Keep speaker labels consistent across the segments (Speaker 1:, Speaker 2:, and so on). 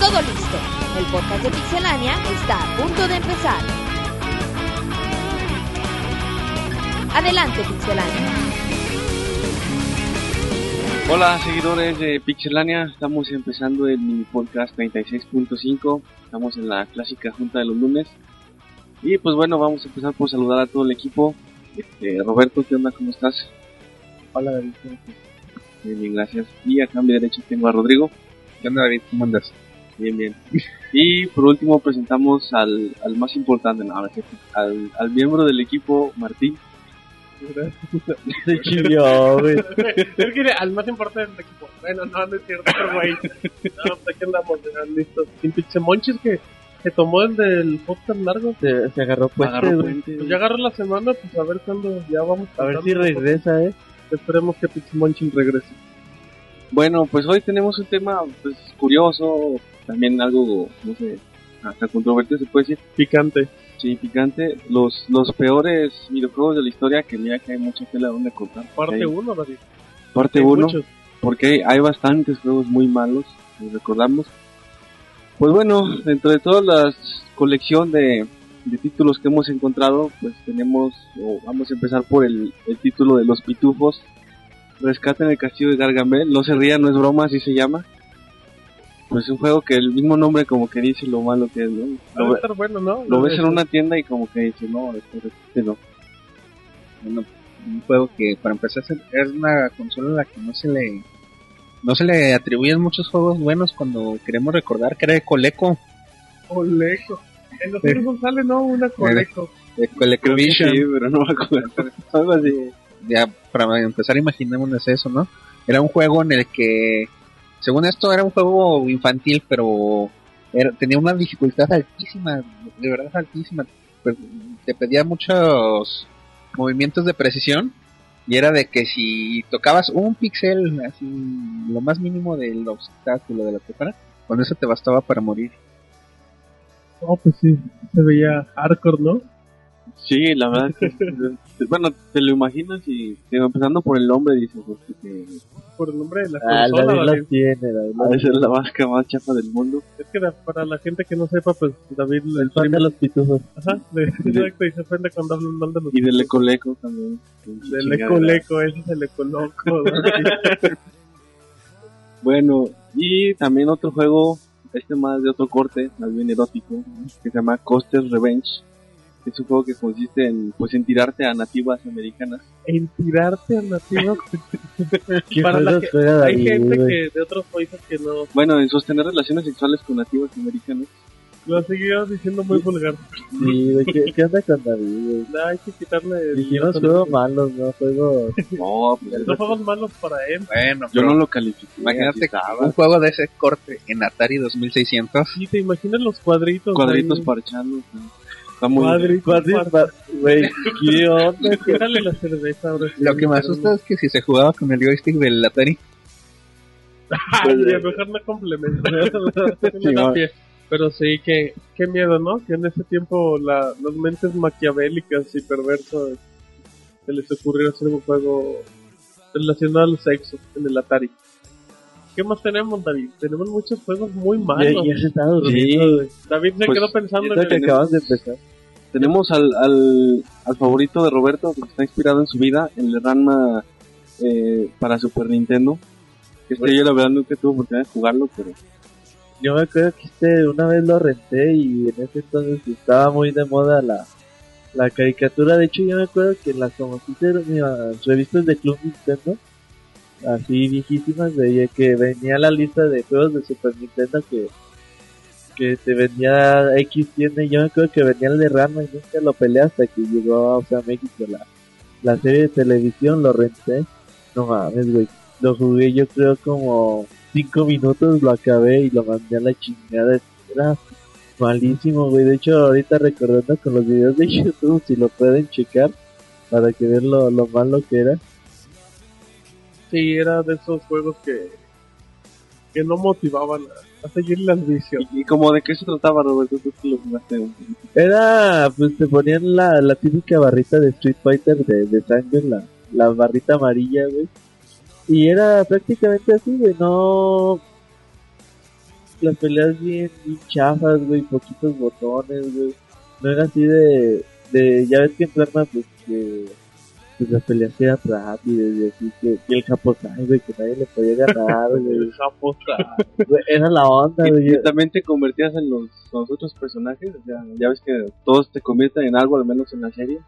Speaker 1: Todo listo. El podcast de Pixelania está a punto de empezar. Adelante, Pixelania.
Speaker 2: Hola seguidores de Pixelania, estamos empezando el mini podcast 36.5, estamos en la clásica junta de los lunes y pues bueno, vamos a empezar por saludar a todo el equipo. Este, Roberto, ¿qué onda? ¿Cómo estás?
Speaker 3: Hola David,
Speaker 2: Bien, bien, gracias. Y acá a mi derecho tengo a Rodrigo.
Speaker 3: ¿qué onda David? ¿Cómo andas?
Speaker 2: Bien, bien. Y por último presentamos al, al más importante, no, a ver, al, al miembro del equipo, Martín.
Speaker 4: Es que al más importante del equipo. Bueno, no, no es cierto, güey. No, pues aquí andamos, ya, listos. Sin pinche monchis que, que tomó el del podcast largo.
Speaker 5: Se, se agarró puente,
Speaker 2: Agarró
Speaker 5: güey.
Speaker 2: puente.
Speaker 4: Pues ya agarró la semana, pues a ver cuándo ya vamos.
Speaker 5: A ver si
Speaker 4: contando.
Speaker 5: regresa, eh.
Speaker 4: Esperemos que pinche monchis regrese.
Speaker 2: Bueno, pues hoy tenemos un tema pues, curioso, también algo, no sé, hasta controvertido se puede decir,
Speaker 4: Picante.
Speaker 2: sí, picante. Los, los peores videojuegos de la historia, que mira que hay mucha tela donde cortar.
Speaker 4: Parte
Speaker 2: Hay-
Speaker 4: 1, David.
Speaker 2: Parte
Speaker 4: Hay
Speaker 2: 1,
Speaker 4: muchos.
Speaker 2: porque hay bastantes juegos muy malos, si recordamos. Pues bueno, dentro de toda la colección de, de títulos que hemos encontrado, pues tenemos, o vamos a empezar por el, el título de Los Pitufos. Rescate en el castillo de Gargamel, no se rían, no es broma, así se llama. Pues es un juego que el mismo nombre como que dice lo malo que es, ¿no?
Speaker 4: Va
Speaker 2: Lo,
Speaker 4: a
Speaker 2: ve-
Speaker 4: estar bueno, ¿no? Este,
Speaker 2: lo ves en una tienda y como que dice, no, este, este no.
Speaker 3: Bueno, un juego que para empezar es- es una consola a la que no se le no se le atribuyen muchos juegos buenos cuando queremos recordar que era de Coleco,
Speaker 4: Coleco. En los Simpsons sale, ¿no? Una coleco.
Speaker 2: Creo que
Speaker 3: de
Speaker 2: sí,
Speaker 3: Colecovision.
Speaker 2: pero no me acuerdo. Algo así.
Speaker 3: Ya para empezar imaginémonos eso, ¿no? Era un juego en el que según esto era un juego infantil, pero era- tenía una dificultad altísima, de verdad altísima. Pues, te pedía muchos movimientos de precisión y era de que si tocabas un pixel así lo más mínimo del obstáculo de la que fuera, con eso te bastaba para morir.
Speaker 4: No, pues sí. Se veía hardcore, ¿no?
Speaker 2: Sí, la verdad. es que- bueno, te lo imaginas y digo, empezando por el nombre, dices, "Este, que
Speaker 4: Por el nombre de la
Speaker 5: Ah, el
Speaker 4: consola,
Speaker 5: David
Speaker 4: David.
Speaker 5: las tiene, David.
Speaker 2: ha de ser la vasca más chapa del mundo.
Speaker 4: Es que la- para la gente que no sepa, pues David el
Speaker 5: Fan de los pitufos.
Speaker 4: Ajá, de, exacto, y se ofende cuando hablan mal de los
Speaker 2: Y del Ecoleco también.
Speaker 4: del
Speaker 2: Chingadera.
Speaker 4: ecoleco, ese es el ecoloco.
Speaker 2: Bueno, y también otro juego, este más de otro corte, más bien erótico, que se llama Coaster Revenge. Es un juego que consiste en, pues, en tirarte a nativas americanas.
Speaker 4: en tirarte a nativos.
Speaker 5: ¿Qué
Speaker 4: Para la
Speaker 5: juegos
Speaker 4: que-
Speaker 5: juega
Speaker 4: Hay
Speaker 5: David,
Speaker 4: gente
Speaker 5: güey?
Speaker 4: que de otros países que no
Speaker 2: Bueno, en sostener relaciones sexuales con nativas americanas.
Speaker 4: lo ha seguido diciendo muy vulgar.
Speaker 5: Sí, güey, ¿qué, qué onda con David, güey?
Speaker 4: Nah, hay que quitarle. el-
Speaker 5: Dijimos juegos malos, ¿no? Juegos...
Speaker 2: No, pues,
Speaker 4: Los juegos malos para él.
Speaker 3: Bueno,
Speaker 2: yo
Speaker 3: pero
Speaker 2: no lo califico.
Speaker 3: imagínate un juego de ese corte en Atari 2600.
Speaker 4: Y te imaginas los cuadritos.
Speaker 2: Cuadritos
Speaker 4: ahí,
Speaker 2: parchando. Está muy
Speaker 4: Cuadritos.
Speaker 5: Cuadris-
Speaker 4: par-
Speaker 5: Güey, ¿qué onda?
Speaker 4: Quítale la cerveza ahora. sí.
Speaker 3: Lo que me asusta es que si se jugaba con el joystick del Atari,
Speaker 5: Pues
Speaker 4: Ay, a lo mejor no complemento. Me da pie. Pero sí, que qué miedo, ¿no? Que en ese tiempo la, las mentes maquiavélicas y perversas se les ocurrió hacer un juego relacionado al sexo en el Atari. ¿Qué más tenemos, David? Tenemos muchos juegos muy
Speaker 5: Ya,
Speaker 4: malos.
Speaker 5: ya se está durmiendo,
Speaker 2: Sí.
Speaker 5: güey.
Speaker 4: David se
Speaker 2: Pues,
Speaker 4: quedó pensando
Speaker 5: Eso que
Speaker 4: en el...
Speaker 5: acabas de empezar.
Speaker 2: Tenemos al, al, al favorito de Roberto, que está inspirado en su vida, el de Ranma eh, para Super Nintendo. Este yo la verdad nunca tuve oportunidad de jugarlo, pero
Speaker 5: Yo me acuerdo que este una vez lo renté y en ese entonces estaba muy de moda la, la caricatura. De hecho, yo me acuerdo que en las como si se- en las revistas de Club Nintendo, así viejísimas, veía que venía la lista de juegos de Super Nintendo que, que te vendía X tiene. Yo me acuerdo que venía el de Rama y nunca lo peleé hasta que llegó o sea, a México la, la serie de televisión. Lo renté. No mames, güey. Lo jugué yo creo como cinco minutos lo acabé y lo mandé a la chingada. Era malísimo, güey. De hecho, ahorita recordando con los videos de YouTube, si lo pueden checar para que vean lo, lo malo que era.
Speaker 4: Sí, era de esos juegos que, que no motivaban a, a seguir las vicios.
Speaker 2: ¿Y, y como de qué se trataba, Roberto? Tú que lo jugaste.
Speaker 5: Era, pues te ponían la, la típica barrita de Street Fighter de, de sangre, la, la barrita amarilla, güey. Y era prácticamente así, güey, no... las peleas bien, bien chafas, güey, poquitos botones, güey. No era así de, de ya ves que en Plasma, pues que pues las peleas eran rápidas y así que, que el Japosai, güey, que nadie le podía ganar, güey.
Speaker 4: El sapo está-
Speaker 5: Güey, Era la onda,
Speaker 2: Y,
Speaker 5: güey.
Speaker 2: y también te convertías en los, los otros personajes. o sea, ya ves que todos te convierten en algo, al menos en la serie.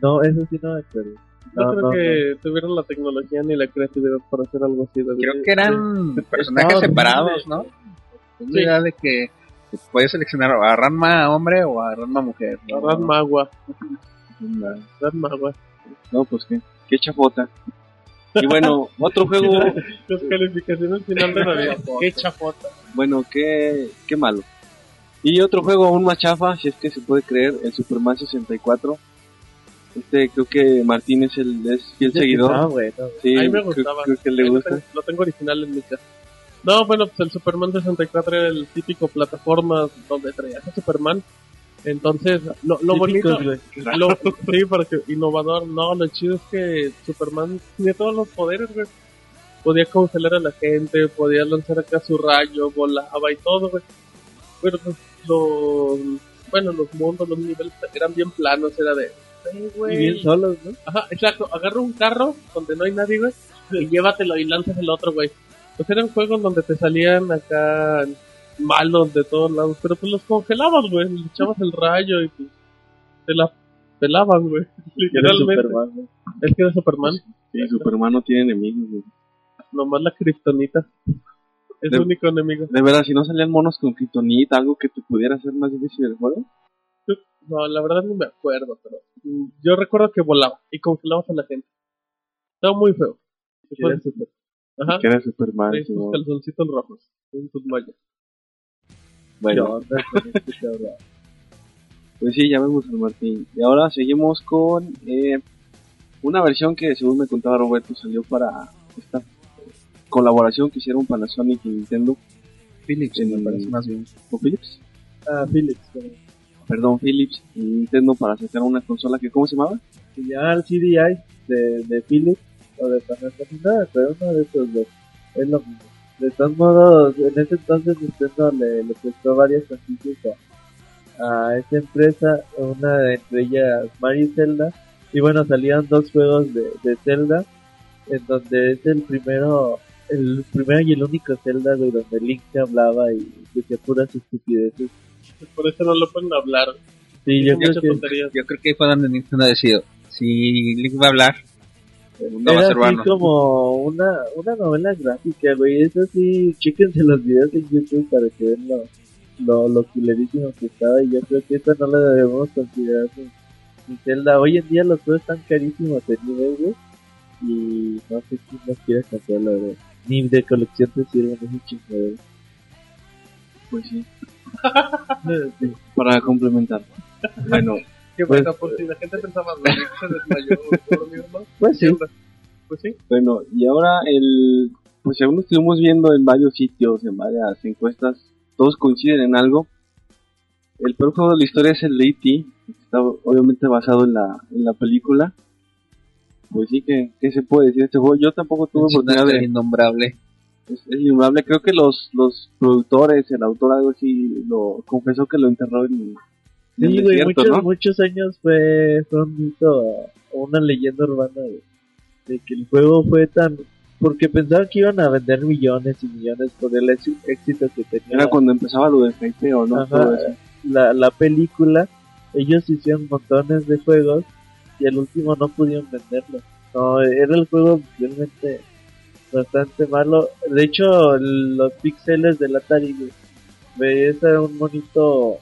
Speaker 5: No, eso sí no me acuerdo.
Speaker 4: No,
Speaker 5: No,
Speaker 4: creo
Speaker 5: no,
Speaker 4: que tuvieron la tecnología ni la creatividad para hacer algo así. de-
Speaker 3: Creo que eran personajes
Speaker 5: Estados
Speaker 3: separados, ¿no? Es la
Speaker 4: Sí.
Speaker 3: idea de que puedes seleccionar a Ranma hombre o a Ranma mujer. ¿no?
Speaker 4: Ran Magua.
Speaker 2: No,
Speaker 4: Ran Magua.
Speaker 2: No, pues qué, qué chafota. Y bueno, otro juego,
Speaker 4: Las calificaciones final de Navidad. Qué chafota.
Speaker 2: bueno, qué, qué malo. Y otro juego aún más chafa, si es que se puede creer, el Superman 64. Este creo que Martín es el es fiel seguidor.
Speaker 5: No, Ah, güey, no, güey.
Speaker 2: Sí,
Speaker 4: A mí me
Speaker 2: creo-
Speaker 4: gustaba.
Speaker 2: creo que le
Speaker 4: Ahí lo
Speaker 2: gusta.
Speaker 4: tengo- Lo tengo original en mi casa. No, bueno, pues el Superman 64 era el típico plataforma donde traías a Superman. Entonces, lo, lo bonito.
Speaker 5: Típicos, güey.
Speaker 4: Lo, sí, porque innovador. No, lo chido es que Superman tenía todos los poderes, güey. Podía congelar a la gente, podía lanzar acá su rayo, volaba y todo, güey. Pero pues, los, bueno, los mundos, los niveles eran bien planos, era de... "Ey, güey".
Speaker 5: Y bien solos, ¿no?
Speaker 4: Ajá, exacto. Agarra un carro donde no hay nadie, güey, y llévatelo y lanzas el otro, güey. Pues eran juegos donde te salían acá malos de todos lados, pero pues los congelabas, güey. Le echabas el rayo y pues, te la pelaban, güey.
Speaker 5: Era
Speaker 4: Literalmente.
Speaker 5: Superman, güey.
Speaker 4: Es que era Superman,
Speaker 2: Sí, Superman no tiene enemigos. güey.
Speaker 4: nomás la kriptonita. Es
Speaker 2: De-
Speaker 4: su único enemigo.
Speaker 2: De verdad, si no salían monos con Kryptonita, algo que te pudiera hacer más difícil el juego.
Speaker 4: No, la verdad no me acuerdo, pero mm, yo recuerdo que volaba y congelabas a la gente. Estaba muy feo.
Speaker 5: Era
Speaker 4: Después- Ajá.
Speaker 2: Que era Superman.
Speaker 4: traes tus
Speaker 2: Simón.
Speaker 4: calzoncitos rojos en tus mallas.
Speaker 2: Bueno,
Speaker 5: Yo, no, con este cabrón.
Speaker 2: Pues sí, ya vemos al Martín. Y ahora seguimos con eh, una versión que, según me contaba Roberto, salió para esta colaboración que hicieron Panasonic y Nintendo
Speaker 3: Philips,
Speaker 2: Sí.
Speaker 3: me parece más bien.
Speaker 2: o Philips.
Speaker 5: Ah, Philips, güey.
Speaker 2: Perdón, Philips y Nintendo para sacar una consola que, ¿cómo se llamaba?
Speaker 5: que ya el CDI de, de Philips o de Panasonic, nada, pero uno de esos dos es lo mismo. De todos modos, en ese entonces Nintendo le, le prestó varias franquicias a, a esa empresa, una de entre ellas Mario y Zelda, y bueno, salían dos juegos de, de Zelda, en donde es el primero, el primero y el único Zelda, güey, donde Link te hablaba y decía puras estupideces.
Speaker 4: Por eso no lo pueden hablar.
Speaker 5: Sí, yo
Speaker 4: Mucha
Speaker 5: creo que
Speaker 4: tontería.
Speaker 3: Yo creo que ahí fue donde Nintendo decidió. Si Link va a hablar, el mundo va a
Speaker 5: Era
Speaker 3: ser
Speaker 5: así
Speaker 3: bueno.
Speaker 5: como una, una novela gráfica, güey. Es así, chéquense los videos en YouTube para que vean lo, lo, lo culerísimo que estaba. Y yo creo que esta no la debemos considerar ni, ni Zelda. Hoy en día los juegos están carísimos en nivel, güey. Y no sé quién los quiere comprar, la verdad. Ni de colección te sirven esos chingaderos.
Speaker 2: Pues sí, para complementar. Bueno,
Speaker 4: Que
Speaker 5: Pues-
Speaker 4: bueno, por si la gente pensaba, "Güey, se desmayó por lo mismo.
Speaker 5: Pues sí,
Speaker 4: Pues sí,
Speaker 2: bueno, y ahora el. Pues según estuvimos viendo en varios sitios, en varias encuestas, todos coinciden en algo. El peor juego de la historia es el de E.T., que está obviamente basado en la, en la película. Pues sí, que qué se puede decir de este juego? Yo tampoco tuve
Speaker 3: Es una
Speaker 2: oportunidad
Speaker 3: historia
Speaker 2: de.
Speaker 3: innombrable.
Speaker 2: Es, es innombrable. Creo que los, los productores, el autor, algo así, lo confesó que lo enterró en. en
Speaker 5: sí,
Speaker 2: el
Speaker 5: güey.
Speaker 2: desierto,
Speaker 5: Muchos,
Speaker 2: ¿no?
Speaker 5: muchos años fue, fue un mito, una leyenda urbana, güey. de que el juego fue tan porque pensaban que iban a vender millones y millones por el éxi- éxito que tenía
Speaker 2: Era cuando empezaba lo del hypeo, ¿no?
Speaker 5: Ajá.
Speaker 2: Todo eso.
Speaker 5: la, la película ellos hicieron montones de juegos y al último no pudieron venderlo no era el juego realmente bastante malo de hecho los píxeles del Atari güey, veías a un monito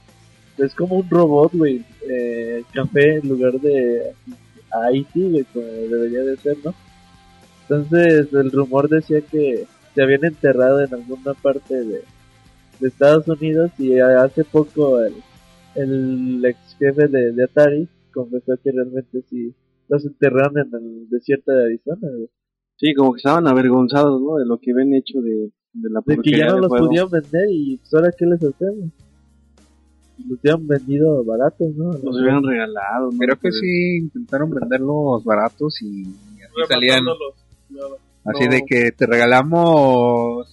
Speaker 5: es como un robot güey eh, café en lugar de ahí sí güey como debería de ser no entonces el rumor decía que se habían enterrado en alguna parte de, de Estados Unidos y hace poco el, el ex jefe de, de Atari confesó que realmente sí los enterraron en el desierto de Arizona, güey.
Speaker 2: Sí, como que estaban avergonzados, ¿no? De lo que habían hecho de, de la
Speaker 5: de que
Speaker 2: porquería
Speaker 5: ya no
Speaker 2: del
Speaker 5: los
Speaker 2: juego.
Speaker 5: podían vender y pues ahora qué les hacemos. Los habían vendido baratos, ¿no?
Speaker 2: Los hubieran regalado, ¿no?
Speaker 3: Creo que
Speaker 2: Pero-
Speaker 3: sí, intentaron venderlos baratos y así salían.
Speaker 4: rematándolos. Nada.
Speaker 3: Así
Speaker 4: No.
Speaker 3: de que te regalamos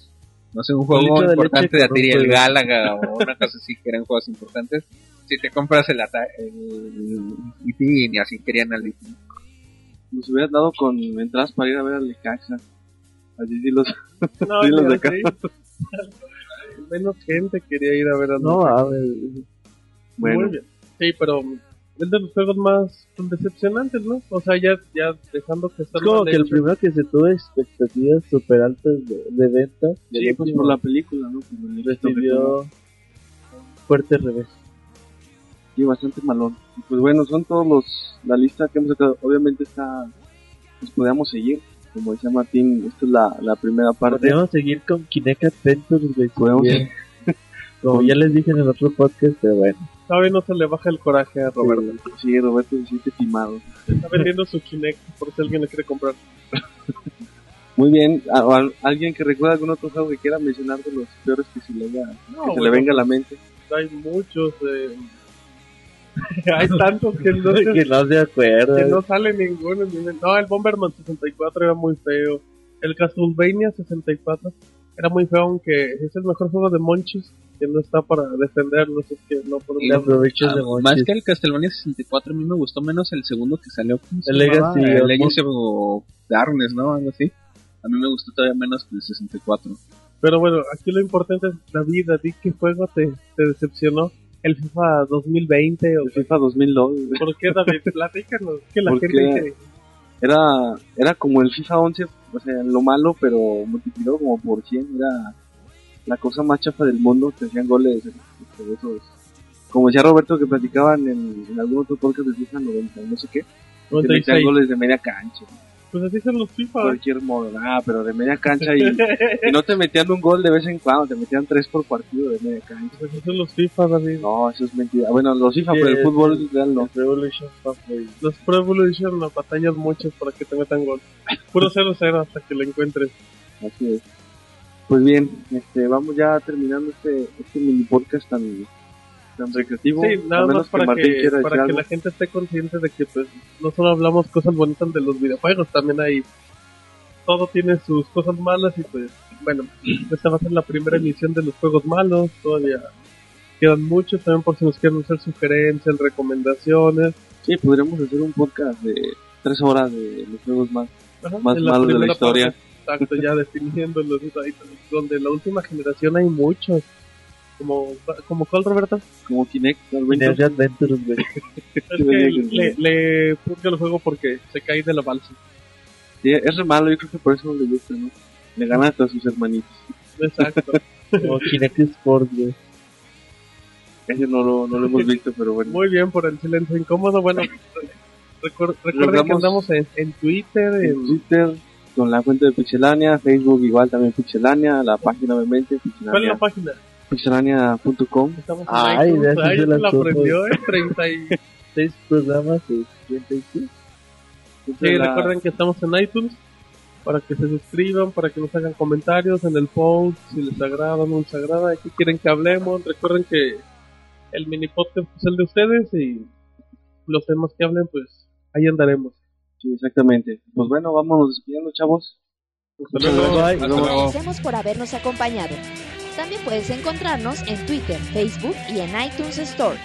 Speaker 3: no sé, un
Speaker 5: litro
Speaker 3: juego
Speaker 5: de
Speaker 3: importante
Speaker 5: leche
Speaker 3: de
Speaker 5: con un
Speaker 3: Atari el
Speaker 5: juego.
Speaker 3: Galaga o una cosa así que eran juegos importantes. Si te compras el Atari, el E.T. y ni así querían al E.T.
Speaker 2: Nos hubieras dado con entradas para ir a ver al Necaxa. Así sí los...
Speaker 4: No,
Speaker 2: Sí, los
Speaker 4: ya
Speaker 2: de acá.
Speaker 4: sí. Menos gente quería ir a ver a
Speaker 5: No, a ver.
Speaker 4: Muy
Speaker 2: Bueno,
Speaker 4: bien. Sí, pero es de los juegos más decepcionantes, ¿no? O sea, ya, ya dejando que está
Speaker 5: Es
Speaker 4: mal
Speaker 5: como que el
Speaker 4: hecho.
Speaker 5: primero que se tuvo expectativas super altas de, de ventas. y el
Speaker 2: sí, pues
Speaker 5: último
Speaker 2: por la película, ¿no? Por el éxito que tuvo.
Speaker 5: Recibió fuerte revés.
Speaker 2: Sí, bastante malón. Y pues bueno, son todos los... La lista que hemos sacado. Obviamente está... Pues podemos seguir. Como decía Martín, esta es la, la primera parte.
Speaker 5: Podríamos seguir con Kinect Adventures, güey. si
Speaker 2: Podemos-
Speaker 5: quieren. Como ya les dije en el otro podcast, pero bueno.
Speaker 4: Todavía no se le baja el coraje a Roberto.
Speaker 2: Sí, Roberto se siente timado.
Speaker 4: Está vendiendo su Kinect por si alguien le quiere comprar.
Speaker 2: Muy bien. ¿A- a- ¿Alguien que recuerda algún otro juego que quiera mencionar de los peores que se le, haya-
Speaker 4: No,
Speaker 2: que se le
Speaker 4: bueno,
Speaker 2: venga a la mente?
Speaker 4: hay muchos. eh, hay tantos que no, se-
Speaker 5: que no se acuerda.
Speaker 4: que no sale ninguno. ni- No, el Bomberman 64 era muy feo. El Castlevania 64 era muy feo, aunque es el mejor juego de Monchis que no está para defendernos. Es que no
Speaker 5: Le
Speaker 4: podemos.
Speaker 5: aprovechas
Speaker 3: Ah,
Speaker 5: de
Speaker 3: más
Speaker 5: monchis.
Speaker 3: que el Castlevania 64, a mí me gustó menos el segundo que salió. ¿cómo se
Speaker 5: El
Speaker 3: llamaba?
Speaker 5: Legacy
Speaker 3: El
Speaker 5: of
Speaker 3: Legacy of Darkness, ¿no? Algo así. A mí me gustó todavía menos que el 64.
Speaker 4: Pero bueno, aquí lo importante es la vida. Di qué juego te, te decepcionó. El FIFA 2020 o
Speaker 2: El FIFA 2002.
Speaker 4: ¿Por qué, David? Platícanos. Que la
Speaker 2: ¿Por
Speaker 4: gente
Speaker 2: qué?
Speaker 4: dice,
Speaker 2: era era como el FIFA 11, o sea, lo malo, pero multiplicado como por 100, era la cosa más chafa del mundo, te hacían goles este, de esos. Como decía Roberto que platicaban en, en algún otro podcast de FIFA 90, no sé qué, que te
Speaker 4: 96.
Speaker 2: hacían goles de media cancha,
Speaker 4: Pues así son los FIFA.
Speaker 2: cualquier modo, ah, pero de media cancha y, y no te metían un gol de vez en cuando, te metían tres por partido de media cancha.
Speaker 4: Pues así son los FIFA, David.
Speaker 2: No, eso es mentira. Bueno, los FIFA, pero el
Speaker 5: Sí,
Speaker 2: fútbol
Speaker 5: sí.
Speaker 2: real no.
Speaker 5: Revolution Fanboy.
Speaker 4: Los Pro Evolution las batallas muchas para que te metan gol. Puro 0-0 hasta que lo encuentres.
Speaker 2: Así es. Pues bien, este, vamos ya terminando este, este mini podcast tan, tan recreativo.
Speaker 4: Sí,
Speaker 2: a
Speaker 4: nada
Speaker 2: menos
Speaker 4: más para
Speaker 2: Martín
Speaker 4: que,
Speaker 2: quiera decir
Speaker 4: para que
Speaker 2: algo.
Speaker 4: la gente esté consciente de que pues no solo hablamos cosas bonitas de los videojuegos, también hay... Todo tiene sus cosas malas y pues, bueno, esta va a ser la primera emisión de los juegos malos. Todavía quedan muchos también por si nos quieren hacer sugerencias, recomendaciones.
Speaker 2: Sí, podríamos hacer un podcast de tres horas de los juegos más,
Speaker 4: Ajá,
Speaker 2: más
Speaker 4: en la
Speaker 2: malos de la
Speaker 4: primera
Speaker 2: historia.
Speaker 4: parte, exacto, ya definiéndolos, ahí, donde la última generación hay muchos. Como, como ¿cuál, Roberto?
Speaker 2: Como Kinect, al menos.
Speaker 5: Kinect Adventures, güey.
Speaker 4: Es que le, le purga el juego porque se cae de la balsa.
Speaker 2: Sí, es re malo, yo creo que por eso no le gusta, ¿no? Le gana hasta a sus hermanitos.
Speaker 4: Exacto.
Speaker 5: Como Kinect Sports, güey.
Speaker 2: Ese no lo, no lo hemos visto, pero bueno.
Speaker 4: Muy bien por el silencio incómodo. Bueno, recuer- recuerden que
Speaker 2: Logramos-
Speaker 4: andamos en, en Twitter,
Speaker 2: en
Speaker 4: en...
Speaker 2: Twitter, con la cuenta de Pixelania, Facebook igual también Pixelania, la página obviamente,
Speaker 4: ¿Cuál es la
Speaker 2: pixelania-
Speaker 4: página?
Speaker 2: pixelania.com.
Speaker 4: Estamos en
Speaker 5: Ay,
Speaker 4: iTunes.
Speaker 5: ya se
Speaker 4: Ay,
Speaker 5: la
Speaker 4: se la
Speaker 5: supo.
Speaker 4: aprendió, ¿eh? 30 y...
Speaker 5: Seis programas y 36.
Speaker 4: Sí,
Speaker 2: La-
Speaker 4: recuerden que estamos en iTunes para que se suscriban, para que nos hagan comentarios en el post, si les agrada o no les agrada, de qué quieren que hablemos. Recuerden que el mini podcast es el de ustedes y los temas que hablen, pues ahí andaremos.
Speaker 2: Sí, exactamente. Pues bueno, vámonos despidiendo, chavos.
Speaker 4: Hasta luego.
Speaker 5: Bye.
Speaker 3: luego.
Speaker 1: Agradecemos por habernos acompañado. También puedes encontrarnos en Twitter, Facebook y en iTunes Store.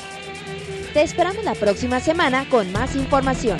Speaker 1: Te esperamos la próxima semana con más información.